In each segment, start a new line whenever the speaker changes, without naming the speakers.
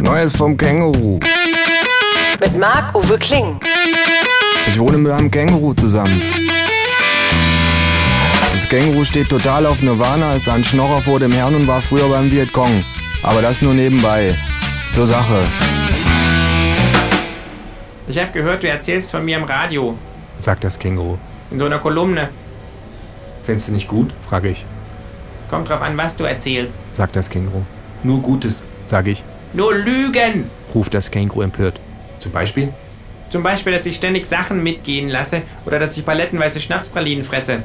Neues vom Känguru.
Mit Marc-Uwe Kling.
Ich wohne mit einem Känguru zusammen. Das Känguru steht total auf Nirvana, ist ein Schnorrer vor dem Herrn und war früher beim Vietcong. Aber das nur nebenbei. Zur Sache.
Ich habe gehört, du erzählst von mir im Radio.
sagt das Känguru.
In so einer Kolumne.
Findest du nicht gut? frage ich.
Kommt drauf an, was du erzählst.
sagt das Känguru.
Nur Gutes.
Sag ich,
Nur Lügen!
ruft das Känguru empört.
Zum Beispiel?
Zum Beispiel, dass ich ständig Sachen mitgehen lasse oder dass ich palettenweise Schnapspralinen fresse.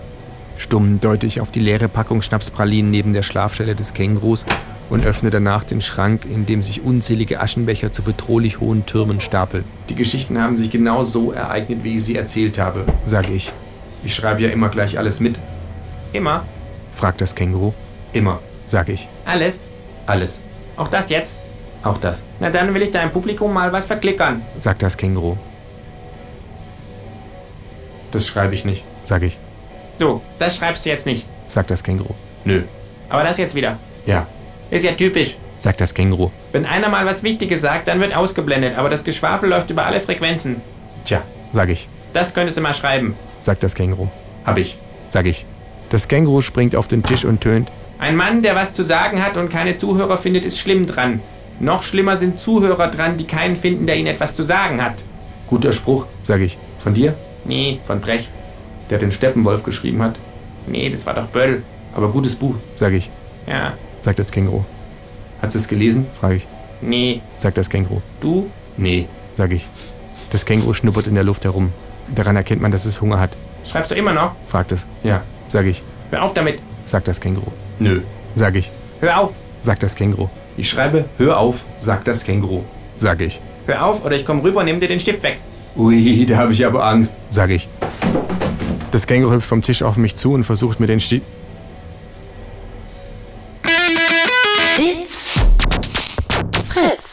Stumm deute ich auf die leere Packung Schnapspralinen neben der Schlafstelle des Kängurus und öffne danach den Schrank, in dem sich unzählige Aschenbecher zu bedrohlich hohen Türmen stapeln,
Die Geschichten haben sich genau so ereignet, wie ich sie erzählt habe.
sage ich.
Ich schreibe ja immer gleich alles mit.
Immer.
Fragt das Känguru,
Immer.
sag ich.
Alles.
Alles.
Auch das jetzt.
Auch das.
Na dann will ich deinem Publikum mal was verklickern.
Sagt das Känguru,
Das schreibe ich nicht.
sag ich.
So, das schreibst du jetzt nicht.
Sagt das Känguru,
Nö.
Aber das jetzt wieder.
Ja.
Ist ja typisch.
sagt das Känguru,
Wenn einer mal was Wichtiges sagt, dann wird ausgeblendet, aber das Geschwafel läuft über alle Frequenzen.
Tja.
sag ich.
Das könntest du mal schreiben.
Sagt das Känguru,
Hab ich.
sag ich. Das Känguru springt auf den Tisch und tönt,
Ein Mann, der was zu sagen hat und keine Zuhörer findet, ist schlimm dran. Noch schlimmer sind Zuhörer dran, die keinen finden, der ihnen etwas zu sagen hat.
Guter Spruch.
sag ich.
Von dir?
Nee, von Brecht.
Der den Steppenwolf geschrieben hat.
Nee, das war doch Böll.
Aber gutes Buch.
Sag ich,
Ja,
sagt das Känguru,
Hast du es gelesen?
frage ich.
nee,
Sagt das Känguru,
du?
Nee.
sag ich. Das Känguru schnuppert in der Luft herum. Daran erkennt man, dass es Hunger hat,
Schreibst du immer noch?
fragt es.
Ja.
Sag ich,
Hör auf damit.
sagt das Känguru.
Nö.
Sag ich,
Hör auf.
sagt das Känguru,
Ich schreibe, hör auf, sagt das Känguru.
sag ich,
Hör auf oder ich komm rüber und nimm dir den Stift weg.
Ui, da habe ich aber Angst.
sag ich. Das Känguru hüpft vom Tisch auf mich zu und versucht mir den Stift.
It's Fritz.